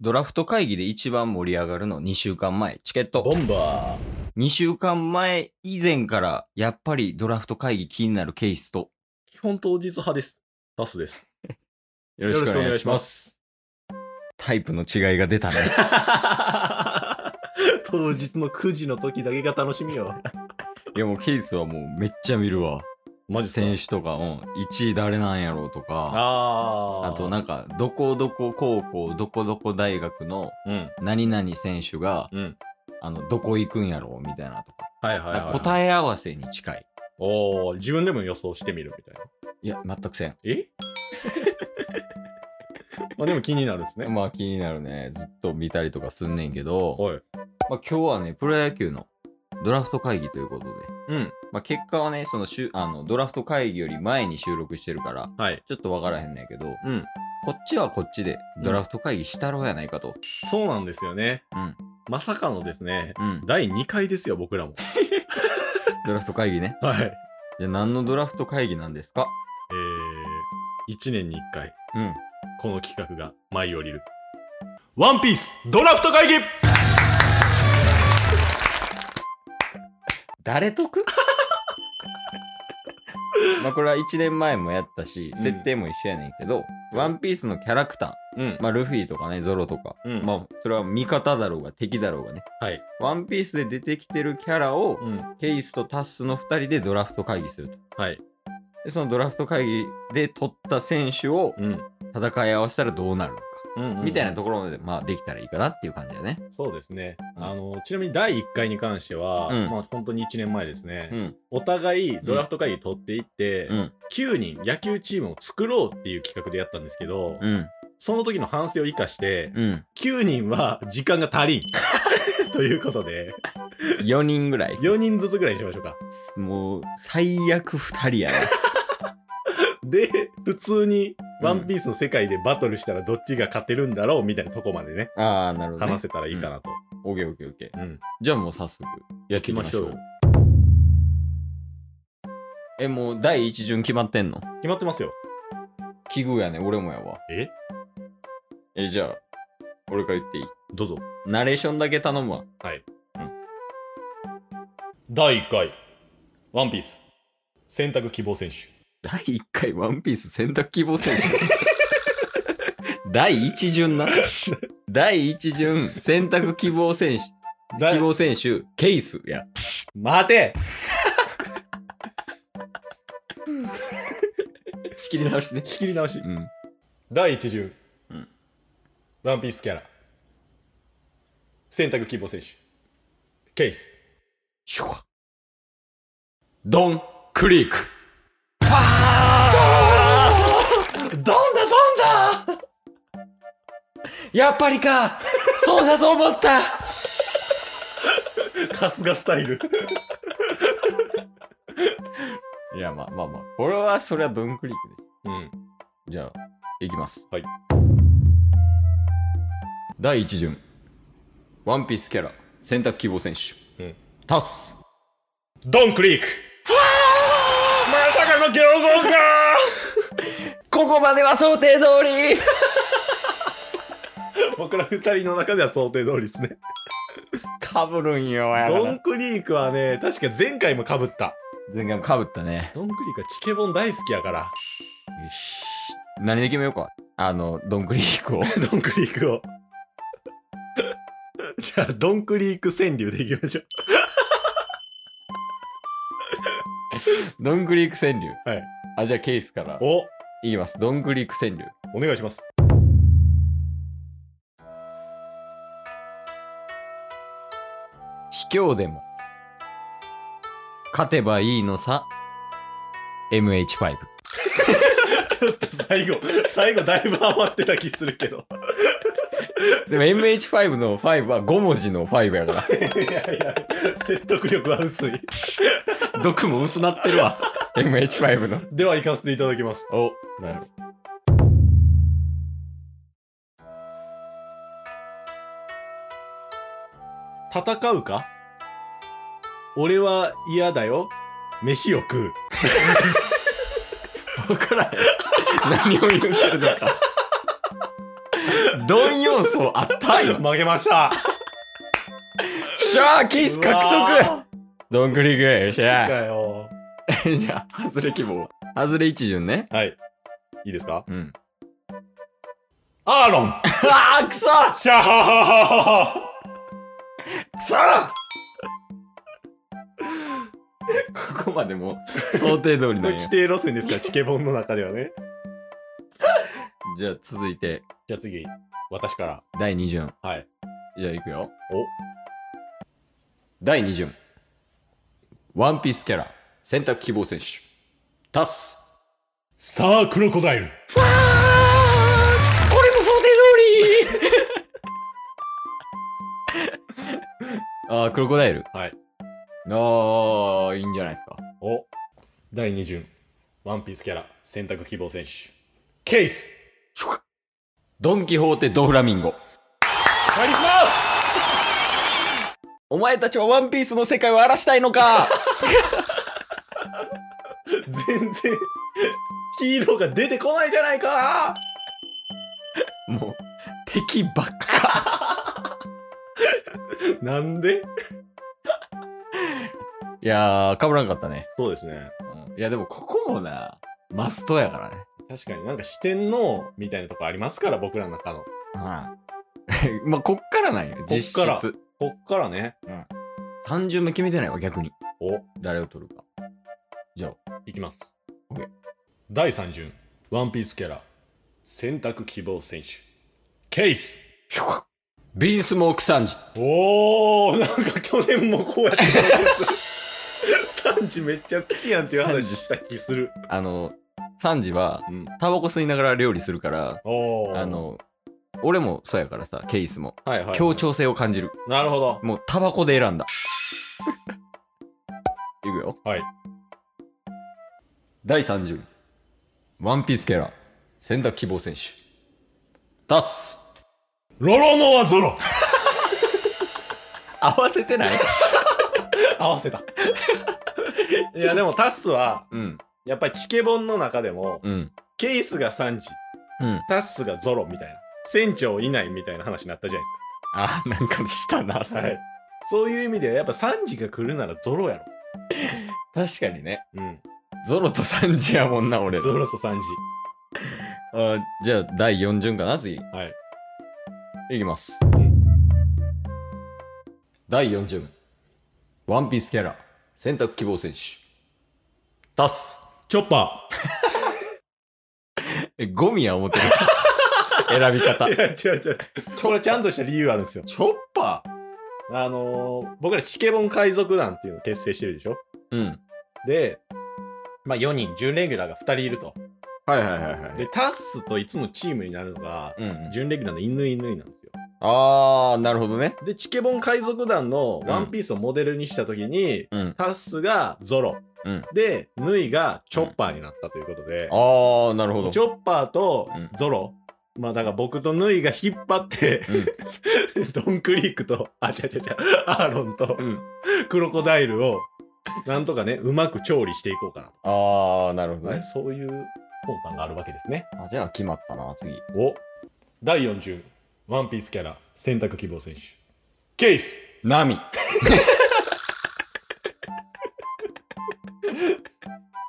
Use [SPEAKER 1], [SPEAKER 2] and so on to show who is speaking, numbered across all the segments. [SPEAKER 1] ドラフト会議で一番盛り上がるの2週間前。チケット。
[SPEAKER 2] ボンバー。
[SPEAKER 1] 2週間前以前から、やっぱりドラフト会議気になるケースと、
[SPEAKER 2] 基本当日派です。タスです。
[SPEAKER 1] よ。
[SPEAKER 2] ろしくお願いします
[SPEAKER 1] タイプの違いが出たね。
[SPEAKER 2] 当日の9時の時だけが楽しみよ。
[SPEAKER 1] いやもうケースはもうめっちゃ見るわ。
[SPEAKER 2] マジっすか
[SPEAKER 1] 選手とか、うん、1位誰なんやろうとか、
[SPEAKER 2] あ
[SPEAKER 1] あとなん
[SPEAKER 2] か、
[SPEAKER 1] か、どこどこ高校、どこどこ大学の
[SPEAKER 2] うん。
[SPEAKER 1] 何々選手が、
[SPEAKER 2] うん。
[SPEAKER 1] あの、どこ行くんやろうみたいなとか。
[SPEAKER 2] はいは
[SPEAKER 1] だ
[SPEAKER 2] い、
[SPEAKER 1] から
[SPEAKER 2] はい。え。
[SPEAKER 1] 答え合わせに近い。
[SPEAKER 2] おー自分でも予想してみるみたいな。
[SPEAKER 1] いや、全くせん。
[SPEAKER 2] え まあでも気になるんですね。
[SPEAKER 1] まあ気になるね。ずっと見たりとかすんねんけど、
[SPEAKER 2] おい。
[SPEAKER 1] まあ、今日はね、プロ野球のドラフト会議ということで、
[SPEAKER 2] うん。
[SPEAKER 1] まあ、結果はね、その週あのドラフト会議より前に収録してるから、
[SPEAKER 2] はい。
[SPEAKER 1] ちょっとわからへんねんけど、
[SPEAKER 2] うん。
[SPEAKER 1] こっちはこっちでドラフト会議したろうやないかと。
[SPEAKER 2] そうなんですよね。
[SPEAKER 1] うん。
[SPEAKER 2] まさかのですね、
[SPEAKER 1] うん。
[SPEAKER 2] 第2回ですよ、僕らも。
[SPEAKER 1] ドラフト会議ね。
[SPEAKER 2] はい。え
[SPEAKER 1] じゃあ何のドラフト会議なんですか
[SPEAKER 2] ー、1年に1回、
[SPEAKER 1] うん。
[SPEAKER 2] この企画が舞い降りる。ワンピースドラフト会議
[SPEAKER 1] 誰 得まあこれは1年前もやったし、
[SPEAKER 2] うん
[SPEAKER 1] 設定も一緒やねんけど、ワンピースのキャラクタ
[SPEAKER 2] うん
[SPEAKER 1] ー、。まあルフィとかね、ゾロとか、
[SPEAKER 2] うん
[SPEAKER 1] まあそれは味方だろうが敵だろうがね、
[SPEAKER 2] はい。
[SPEAKER 1] ワンピースで出てきてるキャラを、
[SPEAKER 2] うん。
[SPEAKER 1] ケイスとタッスの2人でドラフト会議すると。
[SPEAKER 2] はい。
[SPEAKER 1] で、そのドラフト会議で取った選手を
[SPEAKER 2] うん。
[SPEAKER 1] 戦い合わせたらどうなるのか、
[SPEAKER 2] うん、
[SPEAKER 1] みたいなところまで、まあできたらいいかなっていう感じだね。
[SPEAKER 2] そうですね、
[SPEAKER 1] うん
[SPEAKER 2] あのちなみに第1回に関しては、
[SPEAKER 1] うん
[SPEAKER 2] まあ、本当に1年前ですね、
[SPEAKER 1] うん。
[SPEAKER 2] お互いドラフト会議取っていって、
[SPEAKER 1] うん。
[SPEAKER 2] 9人野球チームを作ろうっていう企画でやったんですけど、
[SPEAKER 1] うん。
[SPEAKER 2] その時の反省を生かして、
[SPEAKER 1] うん。
[SPEAKER 2] 9人は時間が足 りんということで
[SPEAKER 1] 4人ぐらい。
[SPEAKER 2] 4人ずつぐらいにしましょうか
[SPEAKER 1] もう、最悪2人やな。
[SPEAKER 2] で普通に「
[SPEAKER 1] うん
[SPEAKER 2] ワンピースの世界でバトルしたらどっちが勝てるんだろうみたいなとこまでね
[SPEAKER 1] ああ、なるほど、ね。
[SPEAKER 2] 話せたらいいかなと、
[SPEAKER 1] オッケーオッケーオッケー。
[SPEAKER 2] うん
[SPEAKER 1] じゃあもう早速、やっていきましょう。え、もう第一巡決まってんの
[SPEAKER 2] 決まってますよ
[SPEAKER 1] 奇遇やね、俺もやわ。
[SPEAKER 2] え
[SPEAKER 1] え、じゃあ、俺から言っていい
[SPEAKER 2] どうぞ
[SPEAKER 1] ナレーションだけ頼むわ。
[SPEAKER 2] はい。
[SPEAKER 1] うん
[SPEAKER 2] 第1回、ワンピース、選択希望選手。
[SPEAKER 1] 第1回ワンピース選択希望選手。 第一巡な。第一巡選択希望選手、希望選手、ケースや。
[SPEAKER 2] 待て
[SPEAKER 1] 仕切り直しね。
[SPEAKER 2] 仕切り直し
[SPEAKER 1] う。ん。
[SPEAKER 2] 第1巡、
[SPEAKER 1] うん
[SPEAKER 2] ワンピースキャラ、選択希望選手、ケース。
[SPEAKER 1] ひょわドンクリーク。
[SPEAKER 2] どんだどんだ
[SPEAKER 1] やっぱりかそうだと思った
[SPEAKER 2] 春日スタイル。
[SPEAKER 1] いや、まあまあまあ。俺は、それはドンクリークで
[SPEAKER 2] うん。
[SPEAKER 1] す。じゃあ、いきます。
[SPEAKER 2] はい。
[SPEAKER 1] 第一巡。ワンピースキャラ、選択希望選手。
[SPEAKER 2] うん
[SPEAKER 1] タス。
[SPEAKER 2] ドンクリークまさかの強豪か
[SPEAKER 1] ここまでは想定通り
[SPEAKER 2] 僕ら二人の中では想定通りですね。
[SPEAKER 1] かぶるんよ、や
[SPEAKER 2] ドンクリークはね、確か前回も被った。
[SPEAKER 1] 前回もかぶったね。
[SPEAKER 2] ドンクリークはチケボン大好きやから。
[SPEAKER 1] よし。何で決めようか。あの、ドンクリークを。
[SPEAKER 2] ドンクリークを。 じゃあ、ドンクリーク川柳でいきましょう。
[SPEAKER 1] ドンクリーク川柳。
[SPEAKER 2] はい。
[SPEAKER 1] あ、じゃあ、ケースから。
[SPEAKER 2] お、
[SPEAKER 1] いきます。ドンクリーク川柳。
[SPEAKER 2] お願いします。
[SPEAKER 1] 卑怯でも勝てばいいのさ MH5
[SPEAKER 2] 最後、最後だいぶ余ってた気するけど。
[SPEAKER 1] でも MH5 の5は5文字の5や か
[SPEAKER 2] いやいや、説得力は薄い。
[SPEAKER 1] ら毒も薄なってるわ MH5 の
[SPEAKER 2] では、行かせていただきます。
[SPEAKER 1] おなる
[SPEAKER 2] 戦うか俺は嫌だよ。飯を 食う。
[SPEAKER 1] 分からへん何を言ってるのかどん要素あったよ。
[SPEAKER 2] 負けました。
[SPEAKER 1] シャーキース獲得
[SPEAKER 2] 得
[SPEAKER 1] どんぐりぐらいよっしゃ
[SPEAKER 2] かよ。
[SPEAKER 1] ー。 じゃあ、外れ希望。外れ一巡ね。
[SPEAKER 2] はい。いいですか
[SPEAKER 1] うん。
[SPEAKER 2] アーロン
[SPEAKER 1] あー、くそく
[SPEAKER 2] シャー
[SPEAKER 1] そここまでもう想定通り なんや
[SPEAKER 2] 規。定路線ですから、チケボンの中ではね。
[SPEAKER 1] じゃあ続いて、
[SPEAKER 2] じゃあ次、私から。
[SPEAKER 1] 第二巡。
[SPEAKER 2] はい。
[SPEAKER 1] じゃあ行くよ。
[SPEAKER 2] お
[SPEAKER 1] 第2巡。ワンピースキャラ、選択希望選手。タス。
[SPEAKER 2] さあ、クロコダイル。
[SPEAKER 1] これも想定通りああ、クロコダイル。
[SPEAKER 2] はい。
[SPEAKER 1] ああ、いいんじゃないですか。
[SPEAKER 2] お第2巡ワンピースキャラ選択希望選手ケイス
[SPEAKER 1] ドンキホーテドフラミンゴ。
[SPEAKER 2] カリスマ
[SPEAKER 1] お前たちはワンピースの世界を荒らしたいのか
[SPEAKER 2] 全然ヒーローが出てこないじゃないか
[SPEAKER 1] もう、敵ばっか。
[SPEAKER 2] なんで
[SPEAKER 1] いやー、かぶらんかったね。
[SPEAKER 2] そうですね
[SPEAKER 1] いや、でもここもな、マストやからね。
[SPEAKER 2] 確かになんか四天王みたいなとこありますから僕らの中の
[SPEAKER 1] はい。 まあ、こっからなんよ、実質。
[SPEAKER 2] こっからこっからね
[SPEAKER 1] 単純目決めてないわ、逆に。
[SPEAKER 2] お
[SPEAKER 1] 誰を取るか。じゃあ、
[SPEAKER 2] いきます
[SPEAKER 1] オッケー
[SPEAKER 2] 第3巡ワンピースキャラ選択希望選手ケイス
[SPEAKER 1] ひょこビースモークサンジ。
[SPEAKER 2] おおなんか去年もこうやってたやつ サンジめっちゃ好きやんっていう話した気する。
[SPEAKER 1] あの、サンジは、
[SPEAKER 2] うん
[SPEAKER 1] タバコ吸いながら料理するから、
[SPEAKER 2] おー
[SPEAKER 1] あ、の、俺もそうやからさ、ケイスも。
[SPEAKER 2] はいはいはい
[SPEAKER 1] 協。調性を感じる。
[SPEAKER 2] なるほど。
[SPEAKER 1] もう、タバコで選ん だ。いくよ。
[SPEAKER 2] はい。
[SPEAKER 1] 第30。ワンピースキャラ。選択希望選手。タス。
[SPEAKER 2] ロロノア ゾロ
[SPEAKER 1] 合わせてない
[SPEAKER 2] 合わせた。 いやでもタスは、
[SPEAKER 1] うん。
[SPEAKER 2] やっぱりチケボンの中でも、
[SPEAKER 1] うん。
[SPEAKER 2] ケイスがサンジ、
[SPEAKER 1] うん。
[SPEAKER 2] タスがゾロみたいな、船長いないみたいな話になったじゃない
[SPEAKER 1] あ、なんかしたな、
[SPEAKER 2] ですか。はい。そういう意味ではやっぱサンジが来るならゾロやろ。
[SPEAKER 1] 確かにね。
[SPEAKER 2] うん。
[SPEAKER 1] ゾロとサンジやもんな、俺。
[SPEAKER 2] ゾロとサンジ。
[SPEAKER 1] あじゃあ、第4順かな、次。
[SPEAKER 2] はい。
[SPEAKER 1] いきます。第4順。ワンピースキャラ。選択希望選手。タス。
[SPEAKER 2] チョッパ
[SPEAKER 1] え、ゴミや思 ってる。選び方
[SPEAKER 2] ー。 い。や違う違う違う。これちゃんとした理由あるんですよ。
[SPEAKER 1] チョッパ
[SPEAKER 2] あのー僕らチケボン海賊団っていうのを結成してるでしょ
[SPEAKER 1] ーうん。
[SPEAKER 2] で、まあ4人、準レギュラーが2人いると。
[SPEAKER 1] はいはいはいは
[SPEAKER 2] で、。タッスといつもチームになるのが、
[SPEAKER 1] うんうん。
[SPEAKER 2] 準レギュラーの犬犬なんですよ。
[SPEAKER 1] あー、なるほどね。
[SPEAKER 2] で、チケボン海賊団のワンピースをモデルにしたときに、
[SPEAKER 1] うん。
[SPEAKER 2] タッスがゾロ、
[SPEAKER 1] うん
[SPEAKER 2] で、ヌイがチョッパーになったということで
[SPEAKER 1] あ、ー、なるほど。
[SPEAKER 2] チョッパーと
[SPEAKER 1] うん
[SPEAKER 2] ゾロ、まあだから僕とヌイが引っ張って、 ドンクリークと、あ、ちゃちゃちゃ、アーロンと
[SPEAKER 1] うん。うん。
[SPEAKER 2] クロコダイルを、なんとかね、うまく調理していこうかな
[SPEAKER 1] あー、なるほど
[SPEAKER 2] ね、
[SPEAKER 1] ね。
[SPEAKER 2] そういう効果があるわけですね。
[SPEAKER 1] あじゃあ、決まったな、次。
[SPEAKER 2] お第4巡、ワンピースキャラ、選択希望選手、ケイス
[SPEAKER 1] ナミ。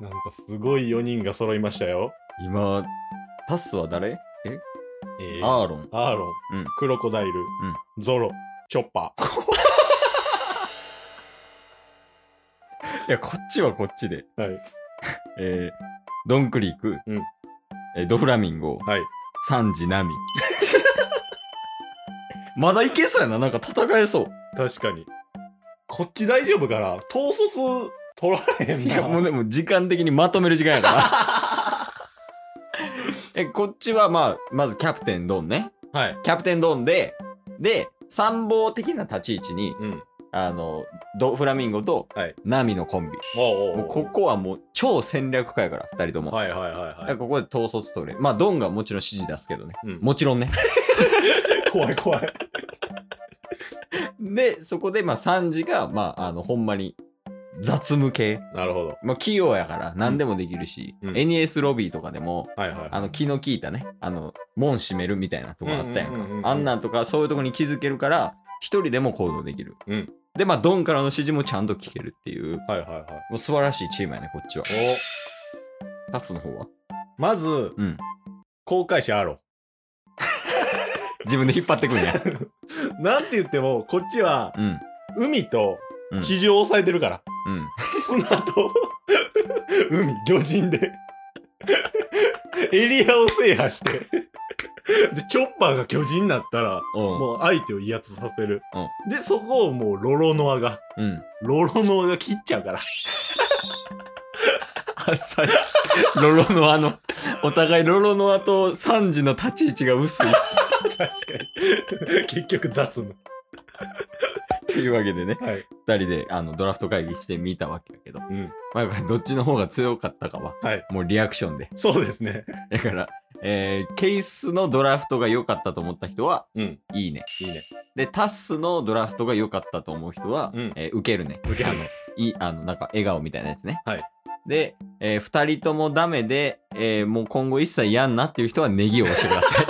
[SPEAKER 2] なんかすごい4人が揃いましたよ。
[SPEAKER 1] 今、タスは誰え
[SPEAKER 2] えー、
[SPEAKER 1] アーロン。
[SPEAKER 2] アーロン、
[SPEAKER 1] うん
[SPEAKER 2] クロコダイル、ゾロ、チョッパー。
[SPEAKER 1] いや、こっちはこっちで。
[SPEAKER 2] はい。
[SPEAKER 1] えー、ドンクリーク、
[SPEAKER 2] うん
[SPEAKER 1] えードフラミンゴ、
[SPEAKER 2] はい。
[SPEAKER 1] サンジナミ。 まだいけそうやな、なんか戦えそ
[SPEAKER 2] 確かに。こっち大丈夫かな統率取られへ
[SPEAKER 1] う。
[SPEAKER 2] ん
[SPEAKER 1] い
[SPEAKER 2] な。
[SPEAKER 1] や、もうでも時間的にまとめる時間や から。え、こっちはまあ、まずキャプテンドンね。
[SPEAKER 2] はい。
[SPEAKER 1] キャプテンドンで、で、参謀的な立ち位置に、
[SPEAKER 2] うん。
[SPEAKER 1] あの、ドフラミンゴと
[SPEAKER 2] はい
[SPEAKER 1] ナミのコンビ。
[SPEAKER 2] おうおう
[SPEAKER 1] もう
[SPEAKER 2] おう
[SPEAKER 1] ここはもう超戦略家やから、二人とも。
[SPEAKER 2] はいはいはいは
[SPEAKER 1] だからここで統率取れる。まあ、ドンがもちろん指示出すけどね。
[SPEAKER 2] い。うん
[SPEAKER 1] もちろんね。
[SPEAKER 2] 怖い怖い。
[SPEAKER 1] で、そこで、まあ、サンジが、まあ、あの、ほんまに、雑務系。
[SPEAKER 2] なるほど。
[SPEAKER 1] まあ、器用やから何でもできるし、
[SPEAKER 2] うん
[SPEAKER 1] NES ロビーとかでも、
[SPEAKER 2] はいはい。
[SPEAKER 1] あの気の利いたね、あの、門閉めるみたいなとこあったやん
[SPEAKER 2] うんうんうんうんう
[SPEAKER 1] か。
[SPEAKER 2] ん
[SPEAKER 1] あんなんとか、そういうとこに気づけるから、一人でも行動できる。
[SPEAKER 2] うん
[SPEAKER 1] で、まあ、ドンからの指示もちゃんと聞けるっていう、
[SPEAKER 2] はいはいはい。
[SPEAKER 1] もう素晴らしいチームやね、こっちは。
[SPEAKER 2] お
[SPEAKER 1] タツの方は
[SPEAKER 2] まず、
[SPEAKER 1] うん
[SPEAKER 2] 公開者あろ
[SPEAKER 1] 自分で引っ張ってくん や。
[SPEAKER 2] う。なんて言っても、こっちは
[SPEAKER 1] うん。
[SPEAKER 2] 海と
[SPEAKER 1] うん
[SPEAKER 2] 地上を抑えてるから。
[SPEAKER 1] うん。
[SPEAKER 2] 砂と海、魚人で。エリアを制覇して。で、チョッパーが巨人になったら、
[SPEAKER 1] おう
[SPEAKER 2] もう相手を威圧させる。で、そこをもうロロノアが。
[SPEAKER 1] うん。
[SPEAKER 2] ロロノアが切っちゃうから。
[SPEAKER 1] 浅い。 ロロノアの、お互いロロノアとサンジの立ち位置が薄い。っ
[SPEAKER 2] 確かに。結局雑務。
[SPEAKER 1] ていうわけでね、
[SPEAKER 2] はい。
[SPEAKER 1] 二人であのドラフト会議してみたわけやけど、
[SPEAKER 2] うん。
[SPEAKER 1] まあ、どっちの方が強かったかは、
[SPEAKER 2] はい。
[SPEAKER 1] もうリアクションで。
[SPEAKER 2] そうですね。
[SPEAKER 1] だから、えーケイスのドラフトが良かったと思った人は、
[SPEAKER 2] うん。
[SPEAKER 1] いいね。
[SPEAKER 2] いいね。
[SPEAKER 1] で、タッスのドラフトが良かったと思う人は、
[SPEAKER 2] うん
[SPEAKER 1] えー受けるね。
[SPEAKER 2] 受ける
[SPEAKER 1] あ
[SPEAKER 2] ね
[SPEAKER 1] のいい、あの、なんか、笑顔みたいなやつね。
[SPEAKER 2] はい。
[SPEAKER 1] で、えー二人ともダメで、えーもう今後一切やんなっていう人はネギを押してくださ い。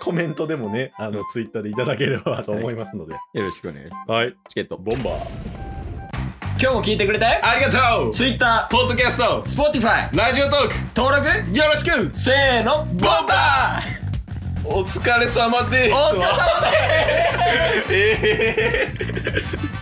[SPEAKER 2] コメントでもね、あの、ツイッターでいただければと思いますので。
[SPEAKER 1] よろしくお願いします。
[SPEAKER 2] はい。
[SPEAKER 1] チケット。
[SPEAKER 2] ボンバー。
[SPEAKER 1] 今日も聞いてくれて
[SPEAKER 2] ありがとう
[SPEAKER 1] Twitter、
[SPEAKER 2] ポッドキャスト
[SPEAKER 1] Spotify、
[SPEAKER 2] ラジオトーク
[SPEAKER 1] 登録
[SPEAKER 2] よろしく
[SPEAKER 1] せーの、ボンバー
[SPEAKER 2] お疲れ様で
[SPEAKER 1] お
[SPEAKER 2] す
[SPEAKER 1] 疲れ様です
[SPEAKER 2] ええ